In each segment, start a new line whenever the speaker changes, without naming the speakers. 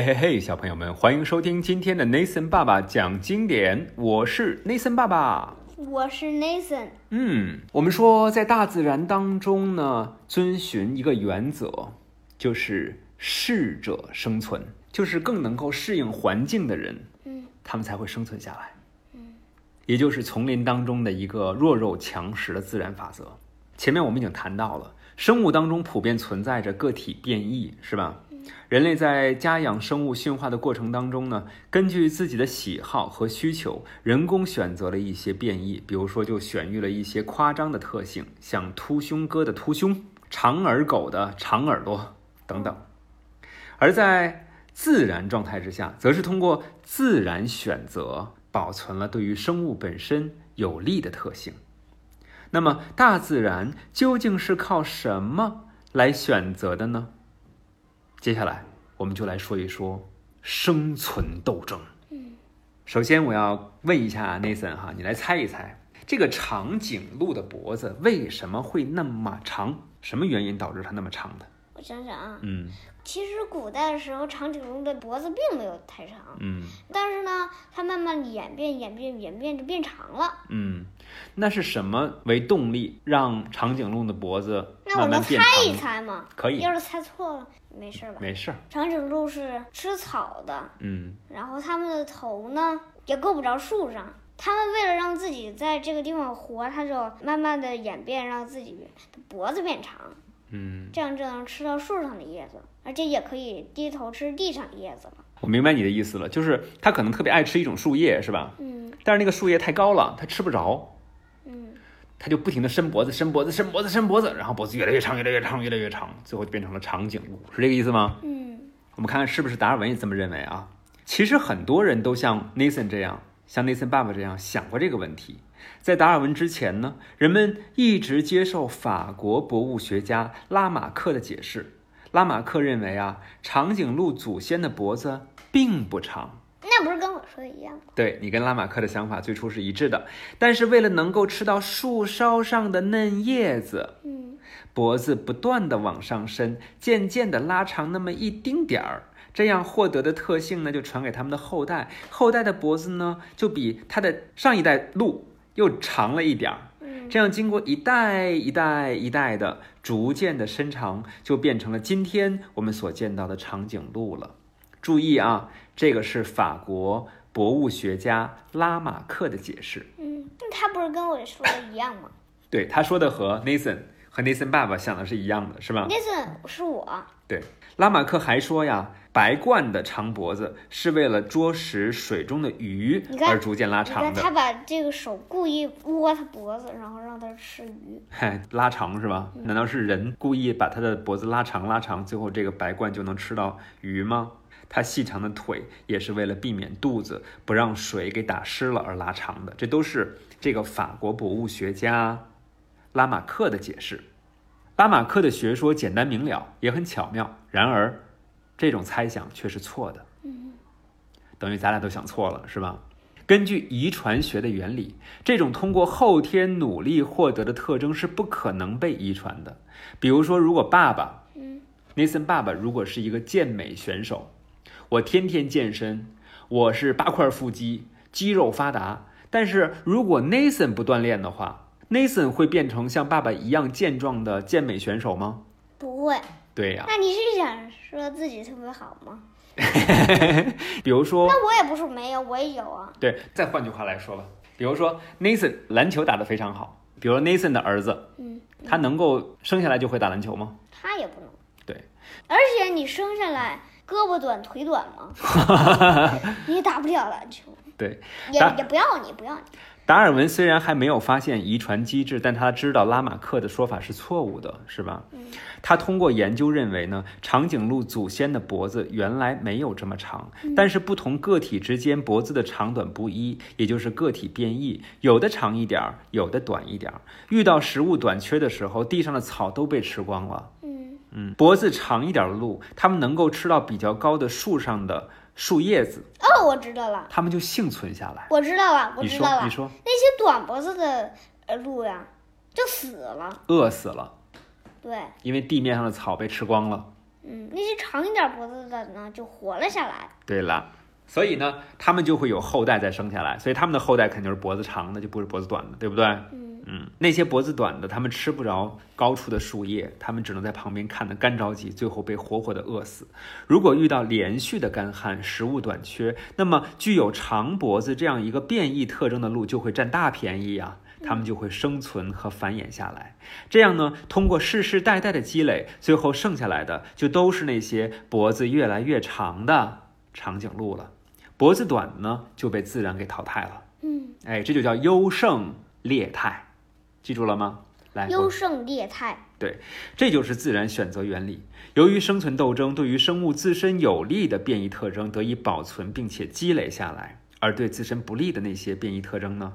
嘿嘿嘿，小朋友们，欢迎收听今天的 Nathan 爸爸讲经典，我是 Nathan 爸爸。
我是 Nathan，
嗯，我们说在大自然当中呢，遵循一个原则，就是适者生存，就是更能够适应环境的人，
嗯，
他们才会生存下来。也就是丛林当中的一个弱肉强食的自然法则。前面我们已经谈到了，生物当中普遍存在着个体变异，是吧？人类在家养生物驯化的过程当中呢，根据自己的喜好和需求，人工选择了一些变异，比如说就选育了一些夸张的特性，像秃胸哥的秃胸、长耳狗的长耳朵等等。而在自然状态之下，则是通过自然选择保存了对于生物本身有利的特性。那么，大自然究竟是靠什么来选择的呢？接下来，我们就来说一说生存斗争。
嗯
首先我要问一下 Nathan 哈，你来猜一猜，这个长颈鹿的脖子为什么会那么长？什么原因导致它那么长的？
我想想啊，
嗯
其实古代的时候，长颈鹿的脖子并没有太长，
嗯。
但是呢，它慢慢演变、演变、演变就变长了。
嗯，那是什么为动力让长颈鹿的脖子
那我
慢
能
慢
猜
变长
一
呢？
猜吗？
可以，
要是猜错了，没事吧？
没事儿。
长颈鹿是吃草的，
嗯
然后它们的头呢也够不着树上。它们为了让自己在这个地方活，它就慢慢的演变，让自己的脖子变长，
嗯，
这样就能吃到树上的叶子，而且也可以低头吃地上的叶子了。
我明白你的意思了，就是它可能特别爱吃一种树叶，是吧？
嗯
但是那个树叶太高了，它吃不着，
嗯。
它就不停的伸脖子、伸脖子、伸脖子、伸脖子，然后脖子越来越长、越来越长、越来越长，最后就变成了长颈鹿，是这个意思吗？
嗯
我们看看是不是达尔文也这么认为啊？其实很多人都像 Nathan 这样，像 Nathan 爸爸这样想过这个问题。在达尔文之前呢，人们一直接受法国博物学家拉马克的解释。拉马克认为啊，长颈鹿祖先的脖子并不长，，
那不是跟我说的一样吗？
对你跟拉马克的想法最初是一致的，但是为了能够吃到树梢上的嫩叶子，
嗯，
脖子不断的往上伸，渐渐的拉长那么一丁点儿，这样获得的特性呢，就传给他们的后代。后代的脖子呢，就比它的上一代鹿又长了一点儿。
嗯
这样经过一代一代一代的逐渐的伸长，就变成了今天我们所见到的长颈鹿了。注意啊，这个是法国博物学家拉马克的解释。
嗯，那他不是跟我说的一样吗
对，他说的和 Nathan 和 Nathan 爸爸想的是一样的，是吧？
？Nathan 是我，
对，拉马克还说呀，白鹳的长脖子是为了啄食水中的鱼
你看
而逐渐拉
你
长
看他
的，
把这个手故意窝他脖子，然后让他吃鱼。
嗨， 拉长是吧？难道是人故意把它的脖子拉长拉长，最后这个白鹳就能吃到鱼吗？它细长的腿也是为了避免肚子不让水给打湿了而拉长的，这都是这个法国博物学家拉马克的解释。拉马克的学说简单明了，也很巧妙。然而，这种猜想却是错的。
嗯
等于咱俩都想错了，是吧？根据遗传学的原理，这种通过后天努力获得的特征是不可能被遗传的。比如说，如果爸爸
嗯
Nathan 爸爸如果是一个健美选手，我天天健身，我是八块腹肌，肌肉发达。但是如果 Nathan 不锻炼的话，Nathan 会变成像爸爸一样健壮的健美选手吗？
不会。
对哎呀、
那你是想说自己特别好吗？
比如说，
那我也不是没有，我也有啊。
对，再换句话来说吧，比如说 Nathan 篮球打得非常好，比如说 Nathan 的儿子，
嗯，
他能够生下来就会打篮球吗？
他也不能。
对。
而且你生下来胳膊短腿短 吗？你也打不了篮球，
对，
也
打
也不要你，不要你。
达尔文虽然还没有发现遗传机制，但他知道拉马克的说法是错误的，是吧？
嗯
他通过研究认为呢，长颈鹿祖先的脖子原来没有这么长，
嗯
但是不同个体之间脖子的长短不一，也就是个体变异，有的长一点儿，有的短一点儿。遇到食物短缺的时候，地上的草都被吃光了。
嗯
嗯，脖子长一点的鹿，它们能够吃到比较高的树上的树叶子，
哦，我知道了。
它们就幸存下来。
我知道了，我
你
知道
说，
了
你，说，
那些短脖子的呃鹿呀，就死了。
饿死了，
对，
因为地面上的草被吃光了。
嗯，那些长一点脖子的呢，就活了下来。
对了，所以呢，他们就会有后代再生下来，所以他们的后代肯定是脖子长的，就不是脖子短的，对不对？
嗯
嗯，那些脖子短的，他们吃不着高处的树叶，他们只能在旁边看得干着急，最后被活活的饿死。如果遇到连续的干旱、食物短缺，那么具有长脖子这样一个变异特征的鹿就会占大便宜啊，它们就会生存和繁衍下来。这样呢，通过世世代代的积累，最后剩下来的就都是那些脖子越来越长的长颈鹿了。脖子短的呢，就被自然给淘汰了。
嗯，
哎，这就叫优胜劣汰，记住了吗？来，哎我
优胜劣汰。
这就是自然选择原理。由于生存斗争对于生物自身有利的变异特征得以保存并且积累下来，而对自身不利的那些变异特征呢，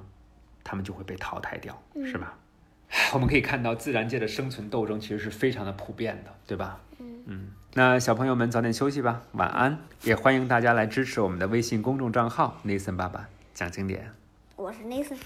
它们就会被淘汰掉，
嗯
是吧？ 我们可以看到，自然界的生存斗争其实是非常的普遍的，对吧？
嗯
那小朋友们早点休息吧，晚安！也欢迎大家来支持我们的微信公众账号 “Nathan 爸爸讲经典”。
我是 Nathan。